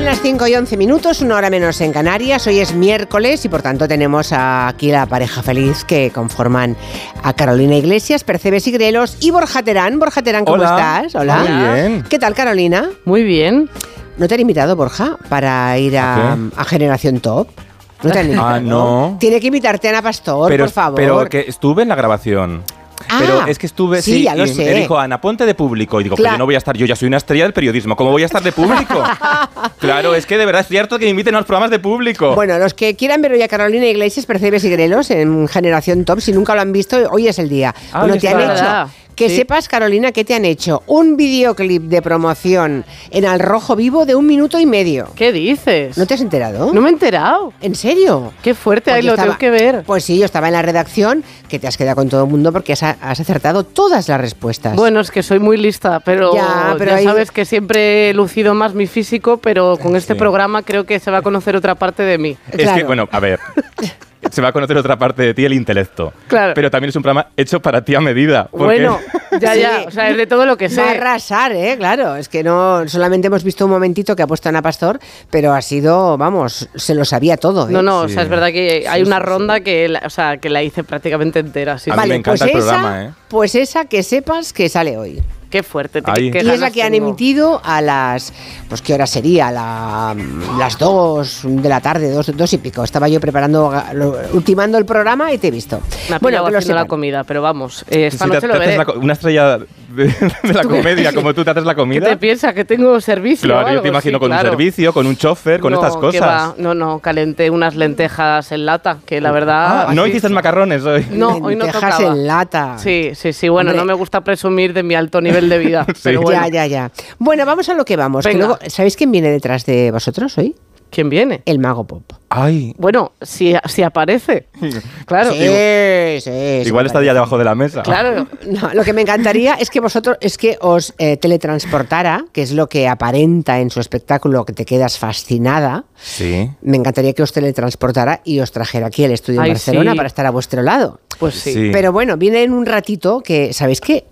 las 5 y 11 minutos, una hora menos en Canarias. Hoy es miércoles y por tanto tenemos aquí la pareja feliz que conforman a Carolina Iglesias, Percebes y Grelos y Borja Terán. Borja Terán, ¿cómo Hola. estás? Hola. Muy bien. ¿Qué tal, Carolina? Muy bien. ¿No te han invitado, Borja, para ir a, ¿A qué? a Generación Top? No te han invitado. Ah, no. Tiene que invitarte a Ana Pastor, pero, por favor. Pero que estuve en la grabación. Ah, pero es que estuve, sí, sí, ya lo y sé. me dijo Ana, ponte de público. Y digo, Cla- pero yo no voy a estar, yo ya soy una estrella del periodismo, ¿cómo voy a estar de público? claro, es que de verdad es cierto que me inviten a los programas de público. Bueno, los que quieran ver hoy a Carolina Iglesias, Percebes y Grelos en Generación Top, si nunca lo han visto, hoy es el día. Ah, bueno, hoy te es han el hecho. día. Que Sí. sepas, Carolina, que te han hecho un videoclip de promoción en Al Rojo Vivo de un minuto y medio. ¿Qué dices? ¿No te has enterado? No me he enterado. ¿En serio? Qué fuerte, Pues ahí yo lo estaba- tengo que ver. Pues sí, yo estaba en la redacción, que te has quedado con todo el mundo porque has, has acertado todas las respuestas. Bueno, es que soy muy lista, pero Ya, ya, pero ahí- sabes que siempre he lucido más mi físico, pero con este Sí. programa creo que se va a conocer otra parte de mí. es que, claro. bueno, a ver. Se va a conocer otra parte de ti, el intelecto. Claro. Pero también es un programa hecho para ti a medida. porque- Bueno, ya, Sí. ya, o sea, es de todo lo que sé. Va a arrasar, ¿eh? Claro, es que no, solamente hemos visto un momentito que ha puesto Ana Pastor, pero ha sido, vamos, se lo sabía todo. ¿eh? No, no, o Sí. sea, es verdad que hay una ronda que, la, o sea, que la hice prácticamente entera. Sí. A mí vale, me encanta pues el esa, programa, ¿eh? Pues esa que sepas que sale hoy. Qué fuerte. te- Ahí. qué y es la ganas que han tengo. emitido a las, pues qué hora sería, La- las dos de la tarde, dos, dos y pico. Estaba yo preparando, lo- ultimando el programa y te he visto. Me ha bueno, pillado que lo haciendo la sepan. comida, pero vamos, eh, esta Si te- noche te lo haces veré. la co- una estrella de, de la comedia, como tú te haces la ¿Qué comida. te piensas? ¿Que tengo servicio? Claro, o yo algo? te imagino Sí, con claro. un servicio, con un chofer, con No, estas que cosas. va. No, no, calenté unas lentejas en lata, que la verdad... Ah, no aquí- hiciste macarrones hoy. No, hoy no Lentejas tocaba. en lata. Sí, sí, sí, bueno, Hombre. no me gusta presumir de mi alto nivel de vida, pero bueno. Ya, ya, ya. Bueno, vamos a lo que vamos. que Venga. luego- ¿Sabéis quién viene detrás de vosotros hoy? ¿Quién viene? El mago pop. Ay. Bueno, si, si aparece, claro. Sí, sí, sí, Igual me está parece. ya debajo de la mesa. Claro, No, lo que me encantaría es que vosotros, es que os eh, teletransportara, que es lo que aparenta en su espectáculo, que te quedas fascinada. Sí. Me encantaría que os teletransportara y os trajera aquí al estudio Ay, en Barcelona sí. para estar a vuestro lado. pues sí. Sí. Pero bueno, viene en un ratito que, ¿sabéis qué?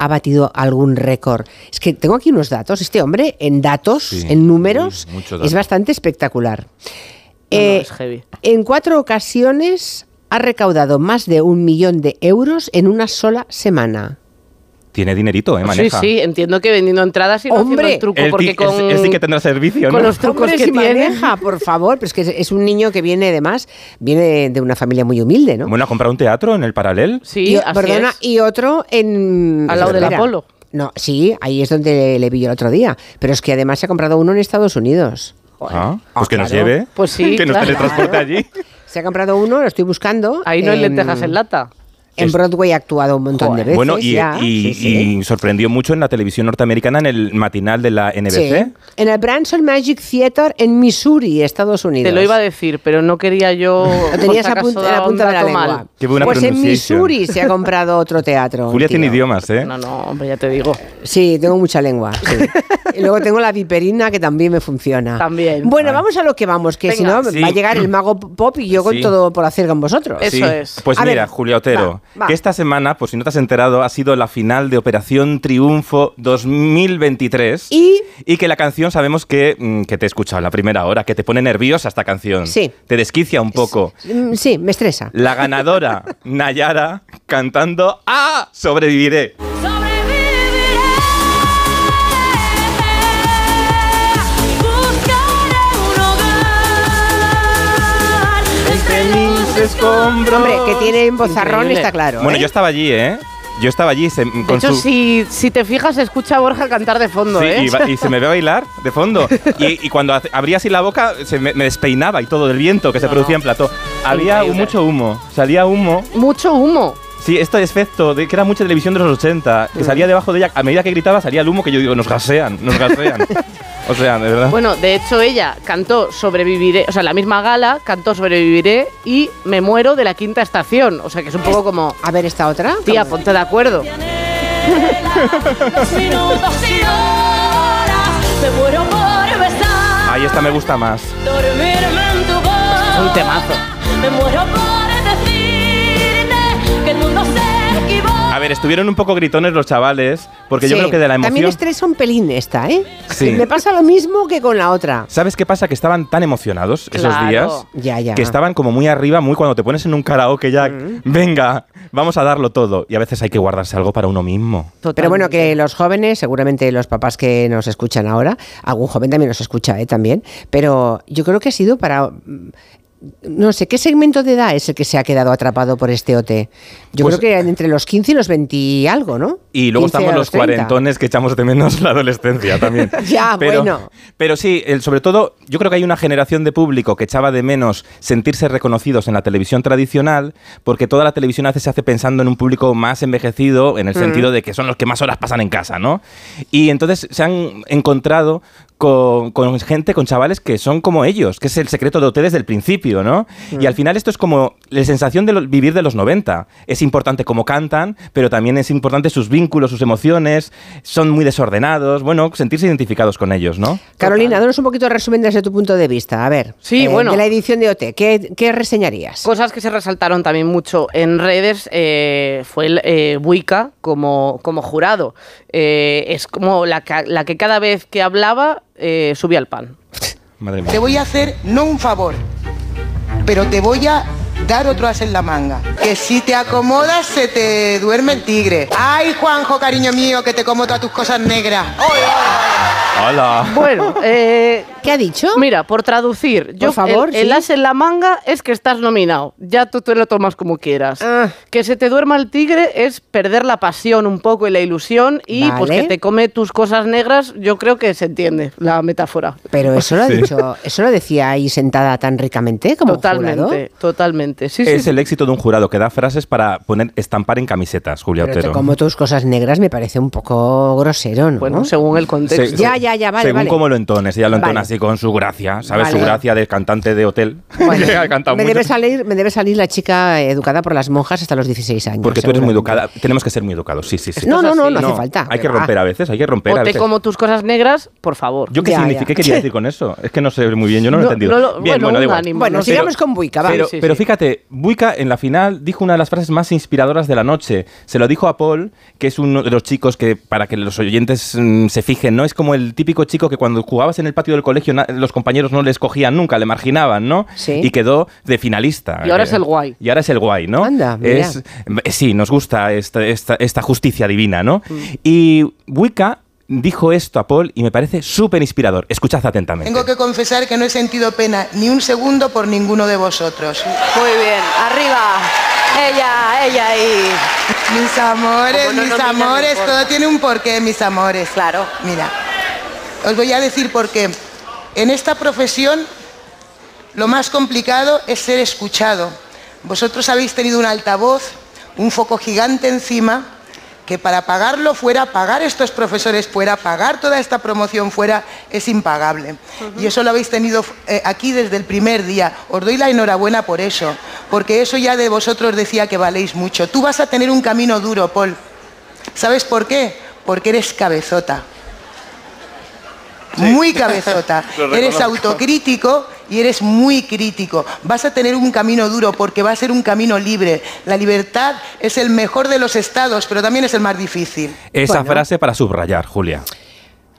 Ha batido algún récord. Es que tengo aquí unos datos. Este hombre, en datos, Sí. en números, Uy, mucho es dato. bastante espectacular. No, no, Eh, es heavy. en cuatro ocasiones ha recaudado más de un millón de euros en una sola semana. Tiene dinerito, ¿eh? Sí, Maneja. sí, entiendo que vendiendo entradas y no haciendo Hombre. el truco, Él, porque ti- con... él- él sí que tendrá servicio, con ¿no? los trucos Hombre, que si tiene. maneja, por favor, pero es que es- es un niño que viene además, viene de una familia muy humilde, ¿no? Bueno, ha comprado un teatro en el paralel. Sí, y, así perdona, es. y otro en... Al lado del Espera. Apolo. No, sí, ahí es donde le vi yo el otro día. Pero es que además se ha comprado uno en Estados Unidos. Ah, pues que nos claro. lleve. Pues sí, Que nos claro. teletransporte allí. Se ha comprado uno, lo estoy buscando. Ahí no hay en- lentejas en lata. En Es- Broadway ha actuado un montón de veces. bueno, y, ya. Sí, y- sí. y sorprendió mucho en la televisión norteamericana en el matinal de la NBC. Sí. En el Branson Magic Theater en Missouri, Estados Unidos. Te lo iba a decir, pero no quería yo... Lo tenías por si a punta, acaso en la dar un punta de la dato lengua. mal. Qué buena pues en pronunciación. Missouri se ha comprado otro teatro. Julia tío. tiene idiomas, ¿eh? No, no, hombre, ya te digo. Sí, tengo mucha lengua. sí. y luego tengo la viperina que también me funciona. También. Bueno, vamos a lo que vamos, que si Venga. no Sí. va a llegar el mago pop y yo con Sí. todo por hacer con vosotros. Es- Eso es. Pues A mira, ver, Julia Otero, va, va. que esta semana, por si no te has enterado, ha sido la final de Operación Triunfo 2023. Y- que la canción, sabemos que, mm, que te he escuchado la primera hora, que te pone nerviosa esta canción. Sí. Te desquicia un poco. Mm, Sí, me estresa. La ganadora, Nayara, cantando ¡Ah! Sobreviviré. Sobreviviré, buscaré un hogar entre los escombros. Hombre, que tiene bozarrón Increíble. está claro. Bueno, ¿eh? yo estaba allí, ¿eh? Yo estaba allí se- De con hecho, su... si, si te fijas, escucha a Borja cantar de fondo, Sí, ¿eh? y, ba- y se me ve bailar de fondo. Y, y cuando hace- abría así la boca, se me, me despeinaba y todo del viento que se No, producía en plató. Había Increíble. mucho humo, salía humo. Mucho humo. Sí, este efecto de que era mucha televisión de los 80, que salía debajo de ella, a medida que gritaba salía el humo que yo digo, nos gasean, nos gasean. o sea, de verdad. Bueno, de hecho, ella cantó Sobreviviré, o sea, la misma gala cantó Sobreviviré y Me muero de la quinta estación. O sea, que es un poco como, A ver esta otra. tía, ponte de acuerdo. Los minutos y horas me muero por besar. Ahí esta me gusta más. Dormirme en tu boca. Es un temazo. Me muero por decirte que el mundo se equivoca. A ver, estuvieron un poco gritones los chavales, porque yo Sí. creo que de la emoción... También este- estresa un pelín esta, ¿eh? Sí. Me pasa lo mismo que con la otra. ¿Sabes qué pasa? Que estaban tan emocionados esos Claro. días Ya, ya. que estaban como muy arriba, muy cuando te pones en un karaoke ya, venga, vamos a darlo todo. Y a veces hay que guardarse algo para uno mismo. Pero bueno, que los jóvenes, seguramente los papás que nos escuchan ahora, algún joven también nos escucha, ¿eh? También, pero yo creo que ha sido para... mm, No sé, ¿qué segmento de edad es el que se ha quedado atrapado por este OT? Yo Pues- creo que entre los 15 y los 20 y algo, ¿no? Y luego 15 estamos a los 30. cuarentones que echamos de menos la adolescencia también. Ya, pero, bueno. Pero sí, el- sobre todo, yo creo que hay una generación de público que echaba de menos sentirse reconocidos en la televisión tradicional, porque toda la televisión a veces se hace pensando en un público más envejecido, Mm. en el sentido de que son los que más horas pasan en casa, ¿no? Y entonces se han encontrado con, con gente, con chavales que son como ellos, que es el secreto de OT desde el principio, ¿no? Y Mm. al final esto es como la sensación de lo- vivir de los 90. Es importante cómo cantan, pero también es importante sus vínculos, sus emociones, son muy desordenados, bueno, sentirse identificados con ellos, ¿no? Carolina, danos un poquito de resumen desde tu punto de vista. A ver, eh, Sí, bueno. de la edición de OT, ¿qué, qué reseñarías? Cosas que se resaltaron también mucho en redes eh, fue el eh, Buica como, como jurado. Eh, es como la, ca- la que cada vez que hablaba eh, subía al pan. Madre mía. Te voy a hacer no un favor, pero te voy a dar otro as en la manga. Que si te acomodas se te duerme el tigre. Ay, Juanjo, cariño mío, que te como todas tus cosas negras. Hola. Bueno, eh, ¿Qué ha dicho? mira, por traducir, yo favor, el, el sí. as en la manga es que estás nominado. Ya tú te lo tomas como quieras. Ah. Que se te duerma el tigre es perder la pasión un poco y la ilusión y pues Vale. que te come tus cosas negras. Yo creo que se entiende la metáfora. Pero eso lo ha Sí. dicho, eso lo decía ahí sentada tan ricamente como totalmente, jurado. totalmente. Sí, sí, Es sí. el éxito de un jurado que da frases para poner estampar en camisetas, Julia Pero te Otero. como tus cosas negras me parece un poco grosero, ¿no? Bueno, según el contexto. Se- Ya, ya, ya, vale, Según vale. cómo lo entones, ella lo Vale. entona así con su gracia, ¿sabes? Su Vale. gracia de cantante de hotel. Bueno, Que ha cantado me, mucho. debe salir, me debe salir la chica educada por las monjas hasta los 16 años. Porque tú eres muy seguramente. educada. Tenemos que ser muy educados, sí, sí, sí. No, no, no, así. no hace No, falta. Hay que Va. romper a veces, hay que romper a o te veces. como tus cosas negras, por favor. Yo qué Ya, significa, ya. qué quería decir con eso. Es que no sé muy bien, yo no, lo he No, entendido. no lo- bien, bueno, bueno, da un igual. ánimo, Bueno, no sé. sigamos con Buica, va. Pero, Sí, sí, pero sí. fíjate, Buica en la final dijo una de las frases más inspiradoras de la noche. Se lo dijo a Paul, que es uno de los chicos que, para que los oyentes mm, se fijen, ¿no? Es como el típico chico que cuando jugabas en el patio del colegio na- los compañeros no le escogían nunca, le marginaban, ¿no? Sí. Y quedó de finalista. Y ahora Eh, es el guay. Y ahora es el guay, ¿no? Anda, mira. Es- eh, sí, nos gusta esta, esta- esta justicia divina, ¿no? Y Buica dijo esto a Paul y me parece súper inspirador. Escuchad atentamente. Tengo que confesar que no he sentido pena ni un segundo por ninguno de vosotros. Muy bien, arriba. Ella, ella y. Mis amores, Como no mis nominan, no amores, importa. todo tiene un porqué, mis amores. Claro. Mira, os voy a decir por qué. En esta profesión lo más complicado es ser escuchado. Vosotros habéis tenido un altavoz, un foco gigante encima, que para pagarlo fuera, pagar estos profesores fuera, pagar toda esta promoción fuera, es impagable. Y eso lo habéis tenido eh, aquí desde el primer día. Os doy la enhorabuena por eso, porque eso ya de vosotros decía que valéis mucho. Tú vas a tener un camino duro, Paul. ¿Sabes por qué? Porque eres cabezota. Muy cabezota. eres autocrítico y eres muy crítico. Vas a tener un camino duro porque va a ser un camino libre. La libertad es el mejor de los estados, pero también es el más difícil. Esa Bueno. frase para subrayar, Julia.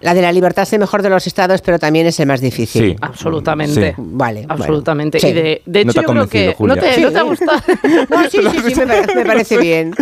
La de la libertad es el mejor de los estados, pero también es el más difícil. Sí. Ah, Absolutamente. Pues Sí. Vale, bueno. Absolutamente. Sí. Y de, de No hecho, te ha yo creo que. convencido, ¿No te, Julia. no te ha gustado? No, sí, sí, sí, me, parece, me parece bien.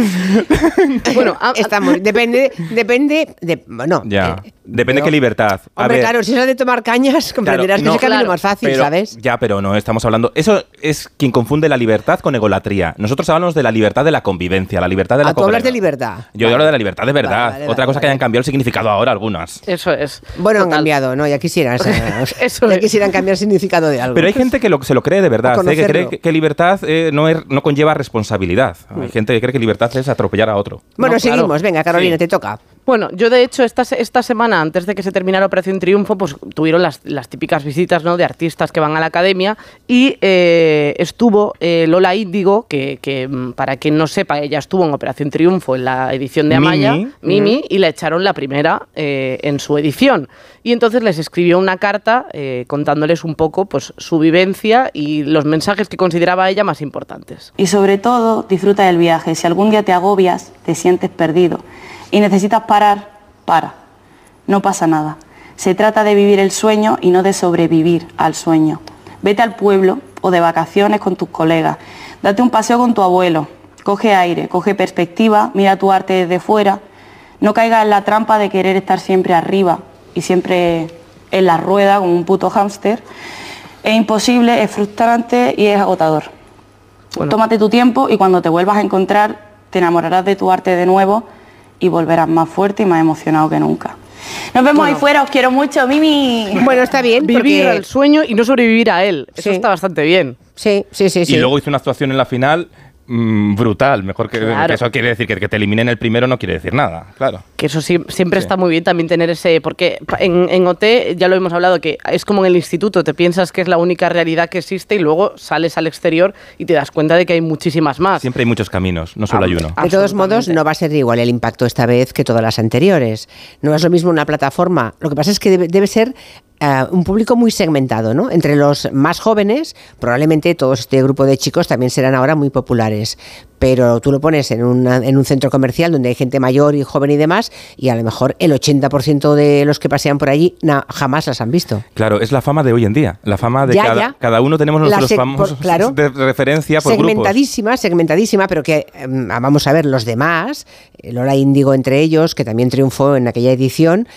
bueno, a- a- Estamos, depende, depende, de, bueno. Ya. eh, Depende pero- qué libertad. A Hombre, ver, claro, si es la de tomar cañas, comprenderás no, que es el camino claro, más fácil, pero- ¿sabes? Ya, pero no estamos hablando. Eso es quien confunde la libertad con egolatría. Nosotros hablamos de la libertad de la convivencia, la libertad de la Ah, tú hablas de cooperación. libertad. Yo Vale. hablo de la libertad de verdad. Vale, vale, Otra vale, cosa que vale. hayan cambiado el significado ahora algunas. eso es. Bueno, han Total. cambiado, ¿no? Ya quisieran, o sea, Eso ya es. quisieran cambiar el significado de algo. Pero hay gente que lo, se lo cree de verdad, O ¿eh? que cree conocerlo. que, que libertad eh, no, es- no conlleva responsabilidad. Hay gente que cree que libertad es atropellar a otro. Bueno, No, claro. seguimos. Venga, Carolina, Sí. te toca. Bueno, yo de hecho esta, se- esta semana, antes de que se terminara Operación Triunfo, pues tuvieron las, las típicas visitas ¿no? de artistas que van a la academia y eh, estuvo eh, Lola Índigo, que, que, mm, para quien no sepa, ella estuvo en Operación Triunfo en la edición de Amaya, Mimi. Mimi, y la echaron la primera eh, en su edición. Y entonces les escribió una carta eh, contándoles un poco pues, su vivencia y los mensajes que consideraba ella más importantes. Y sobre todo, disfruta del viaje. Si algún día te agobias, te sientes perdido y necesitas parar, para. No pasa nada. Se trata de vivir el sueño y no de sobrevivir al sueño. Vete al pueblo o de vacaciones con tus colegas. Date un paseo con tu abuelo. Coge aire, coge perspectiva, mira tu arte desde fuera. No caigas en la trampa de querer estar siempre arriba y siempre en la rueda como un puto hámster. Es imposible, es frustrante y es agotador. Bueno. Tómate tu tiempo y cuando te vuelvas a encontrar te enamorarás de tu arte de nuevo y volverás más fuerte y más emocionado que nunca. Nos vemos ahí fuera, os quiero mucho, Mimi. Bueno, está bien. Vivir porque- al sueño y no sobrevivir a él. Eso Sí. está bastante bien. Sí, sí, sí. sí. Y luego hizo una actuación en la final mm, brutal. Mejor que, Claro. que eso quiere decir que, que te eliminen el primero no quiere decir nada, claro. Que eso sí- siempre Sí. está muy bien también tener ese. Porque pa- en, en OT ya lo hemos hablado, que es como en el instituto, te piensas que es la única realidad que existe y luego sales al exterior y te das cuenta de que hay muchísimas Ah. más. Siempre hay muchos caminos, no solo hay uno. Ah, De todos absolutamente. modos, no va a ser igual el impacto esta vez que todas las anteriores. No es lo mismo una plataforma. Lo que pasa es que debe, debe ser ah, un público muy segmentado, ¿no? Entre los más jóvenes, probablemente todo este grupo de chicos también serán ahora muy populares. Pero tú lo pones en, una- en un centro comercial donde hay gente mayor y joven y demás, y a lo mejor el 80% de los que pasean por allí na- jamás las han visto. Claro, es la fama de hoy en día. La fama de Ya, cada, ya. cada uno tenemos La nuestros sec- famosos por- claro. de referencia por grupos. segmentadísima, segmentadísima, pero que em, vamos a ver los demás, eh, Lola Índigo entre ellos, que también triunfó en aquella edición.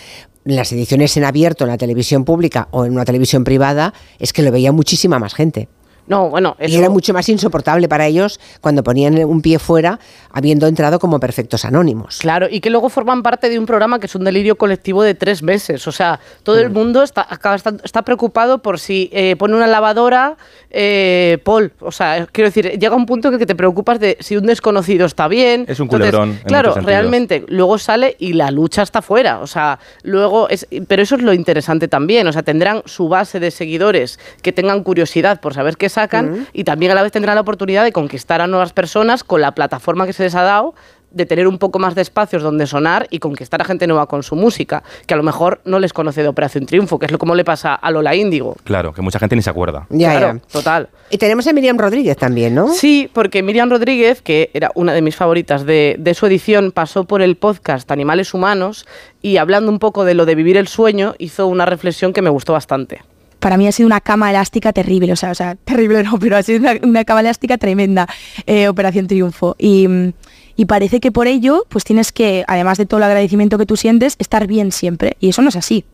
en Las ediciones en abierto en la televisión pública o en una televisión privada es que lo veía muchísima más gente. No, bueno, Y eso- era mucho más insoportable para ellos cuando ponían un pie fuera habiendo entrado como perfectos anónimos. Claro, y que luego forman parte de un programa que es un delirio colectivo de tres meses. O sea, todo Mm. el mundo está, acaba- está, está preocupado por si eh, pone una lavadora eh, Paul. O sea, quiero decir, llega un punto en el que te preocupas de si un desconocido está bien. Es un culebrón, en claro, muchos sentidos. realmente luego sale y la lucha está fuera. O sea, luego es. Pero eso es lo interesante también. O sea, tendrán su base de seguidores que tengan curiosidad por saber qué sacan y también a la vez tendrán la oportunidad de conquistar a nuevas personas con la plataforma que se les ha dado de tener un poco más de espacios donde sonar y conquistar a gente nueva con su música, que a lo mejor no les conoce de Operación Triunfo, que es lo como le pasa a Lola Índigo. Claro, que mucha gente ni se acuerda. Ya, Claro, ya. total. Y tenemos a Miriam Rodríguez también, ¿no? Sí, porque Miriam Rodríguez, que era una de mis favoritas de, de su edición, pasó por el podcast Animales Humanos y hablando un poco de lo de vivir el sueño, hizo una reflexión que me gustó bastante. para mí ha sido una cama elástica terrible, o sea, o sea terrible no, pero ha sido una, una cama elástica tremenda, eh, Operación Triunfo. Y, mm, y parece que por ello, pues tienes que, además de todo el agradecimiento que tú sientes, estar bien siempre. Y eso no es así.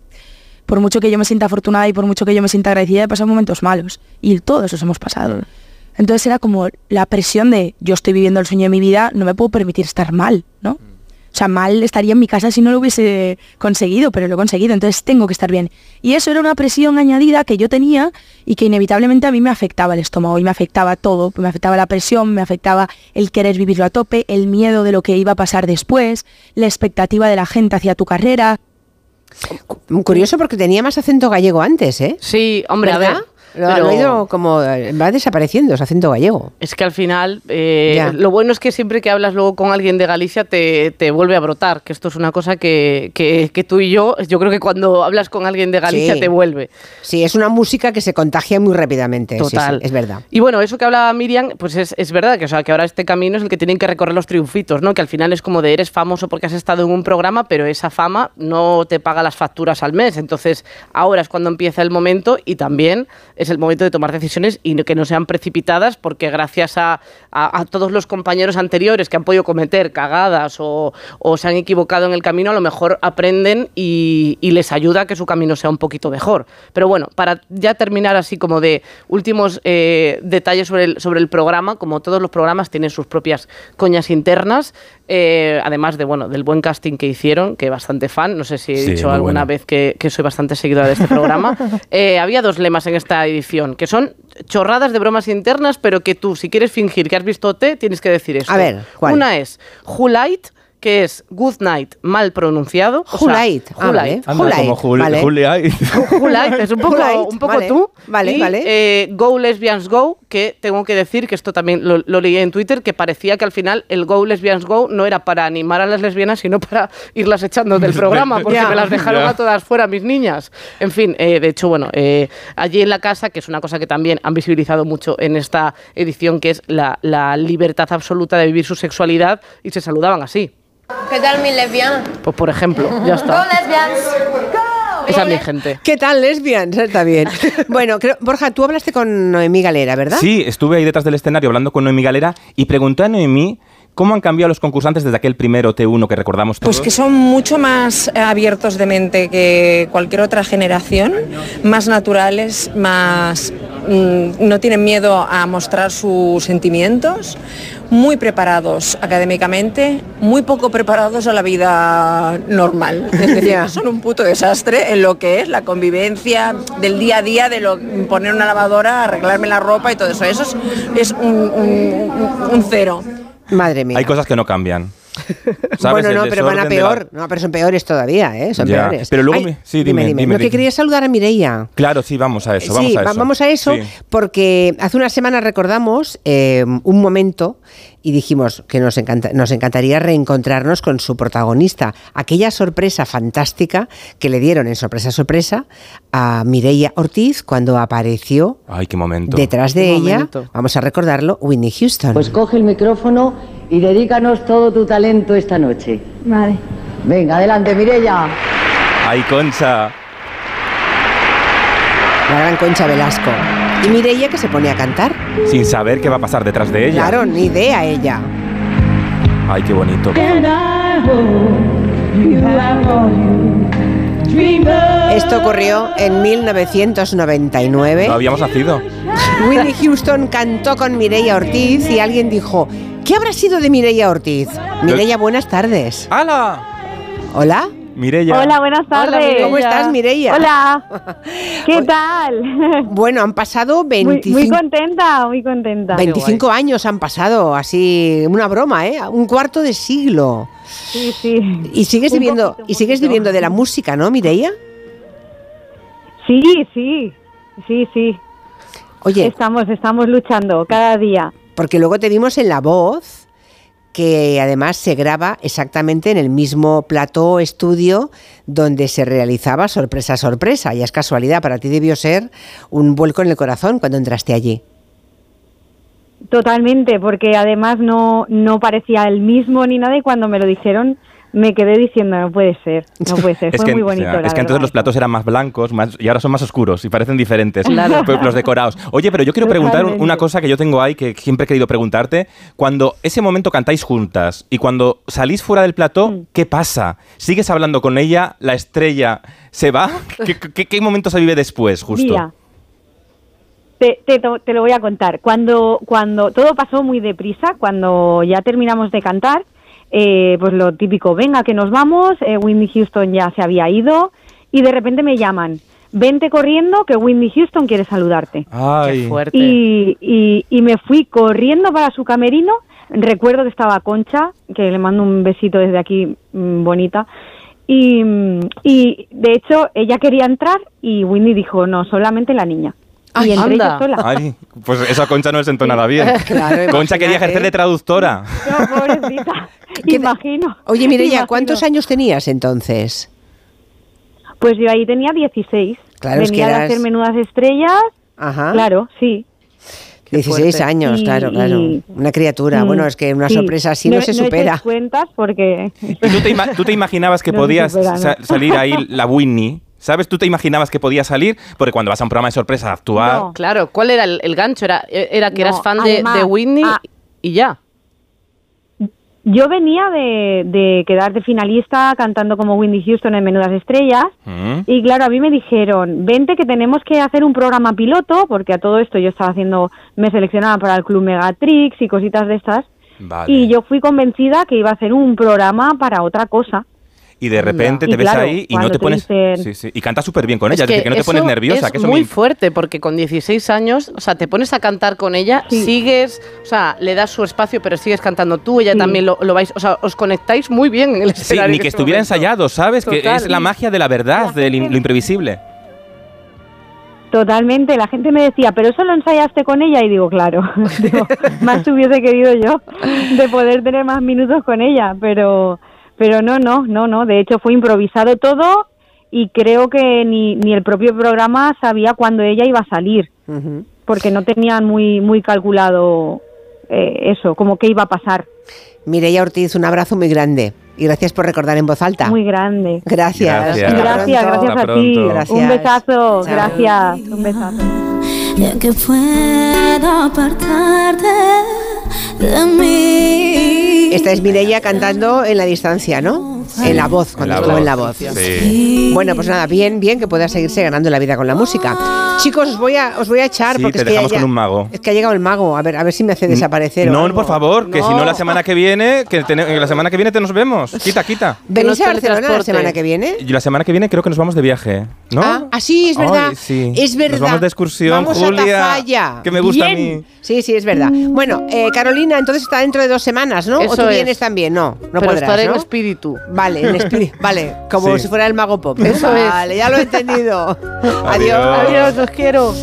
Por mucho que yo me sienta afortunada y por mucho que yo me sienta agradecida, he pasado momentos malos. Y todos los hemos pasado. Entonces era como la presión de yo estoy viviendo el sueño de mi vida, no me puedo permitir estar mal, ¿no? O sea, mal estaría en mi casa si no lo hubiese conseguido, pero lo he conseguido, entonces tengo que estar bien. Y eso era una presión añadida que yo tenía y que inevitablemente a mí me afectaba el estómago y me afectaba todo. pues Me afectaba la presión, me afectaba el querer vivirlo a tope, el miedo de lo que iba a pasar después, la expectativa de la gente hacia tu carrera. Curioso porque tenía más acento gallego antes, ¿eh? Sí, hombre, ¿Verdad? a ver. Lo- lo pero- ha ido como eh, va desapareciendo ese acento gallego. Es que al final, eh, Ya. lo bueno es que siempre que hablas luego con alguien de Galicia te, te vuelve a brotar, que esto es una cosa que, que- que tú y yo, yo creo que cuando hablas con alguien de Galicia Sí. te vuelve. Sí, es una música que se contagia muy rápidamente. sí, sí, Total. es verdad. Y bueno, eso que hablaba Miriam, pues es, es verdad que, o sea, que ahora este camino es el que tienen que recorrer los triunfitos, ¿no? Que al final es como de eres famoso porque has estado en un programa, pero esa fama no te paga las facturas al mes. Entonces, ahora es cuando empieza el momento y también es el momento de tomar decisiones y no- que no sean precipitadas, porque gracias a, a- a todos los compañeros anteriores que han podido cometer cagadas o, o se han equivocado en el camino, a lo mejor aprenden y, y les ayuda a que su camino sea un poquito mejor. Pero bueno, para ya terminar así como de últimos eh, detalles sobre el, sobre el programa, como todos los programas tienen sus propias coñas internas, eh, además de bueno del buen casting que hicieron, que bastante fan, no sé si he Sí, dicho muy alguna bueno. vez que, que soy bastante seguidora de este programa, Eh, había dos lemas en esta edición, que son chorradas de bromas internas, pero que tú, si quieres fingir que has visto T, tienes que decir esto. A ver, ¿cuál? Una es, who lied? que es Good Night mal pronunciado. o sea, Juliet. Ah, Juliet. vale. Anda, Juliet, como Juli- vale. Julia. Juliet, es un poco, Juliet, un poco vale, tú. vale, Y, vale. eh, go Lesbians Go, que tengo que decir que esto también lo, lo leí en Twitter, que parecía que al final el Go Lesbians Go no era para animar a las lesbianas, sino para irlas echando del programa, porque Ya. me las dejaron Ya. a todas fuera mis niñas. En fin, eh, de hecho, bueno, eh, allí en la casa, que es una cosa que también han visibilizado mucho en esta edición, que es la, la libertad absoluta de vivir su sexualidad, y se saludaban así. ¿Qué tal mi lesbiana? Pues por ejemplo, Go ya está. lesbians. Go. ¿eh? Esa es mi gente. ¿Qué tal, lesbians? Está bien. Bueno, creo, Borja, tú hablaste con Noemí Galera, ¿verdad? Sí, estuve ahí detrás del escenario hablando con Noemí Galera y pregunté a Noemí cómo han cambiado los concursantes desde aquel primero T1 que recordamos todos. Pues que son mucho más eh, abiertos de mente que cualquier otra generación, más naturales, más mm, no tienen miedo a mostrar sus sentimientos, muy preparados académicamente, muy poco preparados a la vida normal. Es decir, Ya. son un puto desastre en lo que es la convivencia del día a día, de lo, poner una lavadora, arreglarme la ropa y todo eso. Eso es, es un- un- un- un cero. Madre mía. Hay cosas que no cambian. ¿Sabes? Bueno, El no, pero van a desorden de la- peor. No, pero son peores todavía, ¿eh? Son Ya, peores. pero luego me- sí, dime, dime, Lo que dime. quería saludar a Mireia. Claro, sí, vamos a eso. Vamos Eh, sí, a va- eso. vamos a eso Sí. porque hace una semana recordamos eh, un momento y dijimos que nos, encanta- nos encantaría reencontrarnos con su protagonista, aquella sorpresa fantástica que le dieron en sorpresa sorpresa a Mireia Ortiz cuando apareció Ay, qué momento. detrás de Qué ella, momento. Pues vamos a recordarlo, Whitney Houston. Pues coge el micrófono y dedícanos todo tu talento esta noche. Vale. Venga, adelante, Mirella. Ay, Concha. la gran Concha Velasco. Y Mireia que se pone a cantar. Sin saber qué va a pasar detrás de ella. Claro, ni idea ella. Ay, qué bonito. Esto ocurrió en 1999. No habíamos nacido. Whitney Houston cantó con Mireia Ortiz y alguien dijo, ¿qué habrá sido de Mireia Ortiz? Mireia, buenas tardes. ¡Hala! ¿Hola? Mirella. Hola, buenas Hola, tardes. Mireia. ¿Cómo estás, Mireia? Hola. ¿Qué tal? Bueno, han pasado Muy, 25, muy contenta, muy contenta. 25 años, han pasado, así, una broma, ¿eh? Un cuarto de siglo. Sí, sí. Y sigues Un viviendo, poquito, un y sigues poquito. viviendo de la música, ¿no, Mireia? Sí, sí. Sí, sí. Oye, Estamos, estamos luchando cada día. porque luego te vimos en La Voz, que además se graba exactamente en el mismo plató estudio donde se realizaba Sorpresa, Sorpresa. Ya es casualidad, para ti debió ser un vuelco en el corazón cuando entraste allí. Totalmente, porque además no, no parecía el mismo ni nada y cuando me lo dijeron me quedé diciendo, no puede ser, no puede ser. Es Fue que, muy o sea, bonito. es que la entonces verdad. los platos eran más blancos más, y ahora son más oscuros y parecen diferentes. Pues Los decorados. Oye, pero yo quiero preguntar Totalmente. una cosa que yo tengo ahí que siempre he querido preguntarte. Cuando ese momento cantáis juntas y cuando salís fuera del Mm. plató, ¿qué pasa? ¿Sigues hablando con ella? ¿La estrella se va? ¿Qué, qué- qué momento se vive después, justo? Mira, te, te, to- te lo voy a contar. Cuando, cuando todo pasó muy deprisa, cuando ya terminamos de cantar, eh, pues lo típico, venga que nos vamos, eh, Whitney Houston ya se había ido y de repente me llaman, vente corriendo que Whitney Houston quiere saludarte. Ay, Qué fuerte. Y, y- y me fui corriendo para su camerino. Recuerdo que estaba Concha, que le mando un besito desde aquí, mm, bonita. Y, mm, y, de hecho, ella quería entrar y Winnie dijo, no, solamente la niña. Ay, y entré anda. yo sola. Ay, pues esa Concha no le sentó nada bien. Claro, Concha imagínate. quería ejercer de traductora. No, pobrecita, ¿Qué- imagino. Oye, Mireia, imagino. ¿cuántos años tenías entonces? Pues yo ahí tenía 16. Claro, es que Venía de eras- hacer menudas estrellas. Ajá. Claro, sí. 16 fuerte. años, Y- claro, claro. y- Una criatura. Mm, Bueno, es que una sí. sorpresa así no, se he hecho supera. cuentas porque... ¿Y tú te, ima- tú te imaginabas que No me podías supera, no. sa- salir ahí la Whitney? ¿Sabes? ¿Tú te imaginabas que podías salir? Porque cuando vas a un programa de sorpresa a actuar... No. Claro, ¿cuál era el, el gancho? Era, era que No, eras fan de, además, de Whitney ah. y ya. Yo venía de, de quedar de finalista cantando como Windy Houston en Menudas Estrellas Mm. y claro, a mí me dijeron, vente que tenemos que hacer un programa piloto porque a todo esto yo estaba haciendo, me seleccionaban para el Club Megatrix y cositas de estas Vale. y yo fui convencida que iba a hacer un programa para otra cosa. y de repente Y te ves claro, ahí y no cuando te te pones... dicen- Sí, sí, y cantas súper bien con Es ella, es decir, que no te pones eso nerviosa. Es que eso muy me- fuerte porque con 16 años, o sea, te pones a cantar con ella, sigues, o sea, le das su espacio, pero sigues cantando tú, ella también lo, lo vais, o sea, os conectáis muy bien en este el Sí, escenario. ni que estuviera ensayado, ¿sabes? Que Total. es la magia de la verdad, de lo imprevisible. Totalmente, la gente me decía, pero eso lo ensayaste con ella y digo, claro, Digo, más hubiese querido yo de poder tener más minutos con ella, pero, pero no, no, no, no, de hecho fue improvisado todo y creo que ni, ni el propio programa sabía cuándo ella iba a salir, porque no tenían muy, muy calculado eh, eso, como qué iba a pasar. Mireia Ortiz, un abrazo muy grande. Y gracias por recordar en voz alta. Muy grande. Gracias. Gracias. Hasta Gracias, pronto. gracias a ti, un besazo, Chao. gracias, un besazo. Ya que pueda apartarte de mí. Esta es Mireia cantando en la distancia, ¿no? En la voz, cuando la estuvo voz. en la voz. Sí. Bueno, pues nada, bien, bien que pueda seguirse ganando la vida con la música. Chicos, os voy a, os voy a echar Sí, porque te es que dejamos ya- con un mago. Es que ha llegado el mago, a ver, a ver si me hace desaparecer. o No, algo. por favor, que si no la semana que viene, que tene- que la semana que viene te nos vemos. Quita, quita. ¿Venís a Barcelona la semana que viene? Y la semana que viene creo que nos vamos de viaje, ¿no? Ah, ah, sí, es Ay, verdad. sí. Es Nos verdad. vamos de excursión, Vamos Julia, a Tafalla. que me gusta a Bien. mí. Sí, sí, es verdad. Bueno, eh, Carolina, entonces está dentro de dos semanas, ¿no? o Eso tú es. vienes también, no. No Pero podrás, estaré en ¿no? espíritu. Vale, en espíritu. Vale, como Sí. si fuera el mago pop. ¿eh? Eso es. vale, ya lo he entendido. Adiós. Adiós. Adiós, los quiero.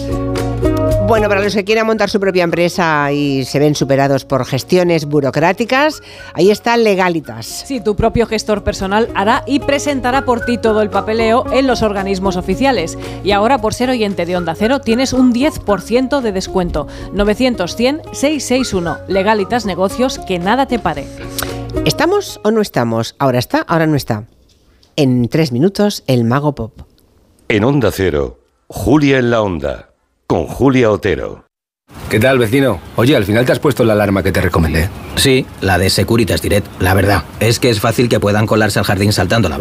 Bueno, para los que quieran montar su propia empresa y se ven superados por gestiones burocráticas, ahí está Legalitas. Sí, tu propio gestor personal hará y presentará por ti todo el papeleo en los organismos oficiales. Y ahora, por ser oyente de Onda Cero, tienes un 10% de descuento. 900-100-661. Legalitas Negocios, que nada te pare. ¿Estamos o no estamos? Ahora está, ahora no está. En tres minutos, el mago pop. En Onda Cero, Julia en la Onda, con Julia Otero. ¿Qué tal, vecino? Oye, al final te has puesto la alarma que te recomendé. Sí, la de Securitas Direct. La verdad, es que es fácil que puedan colarse al jardín saltando la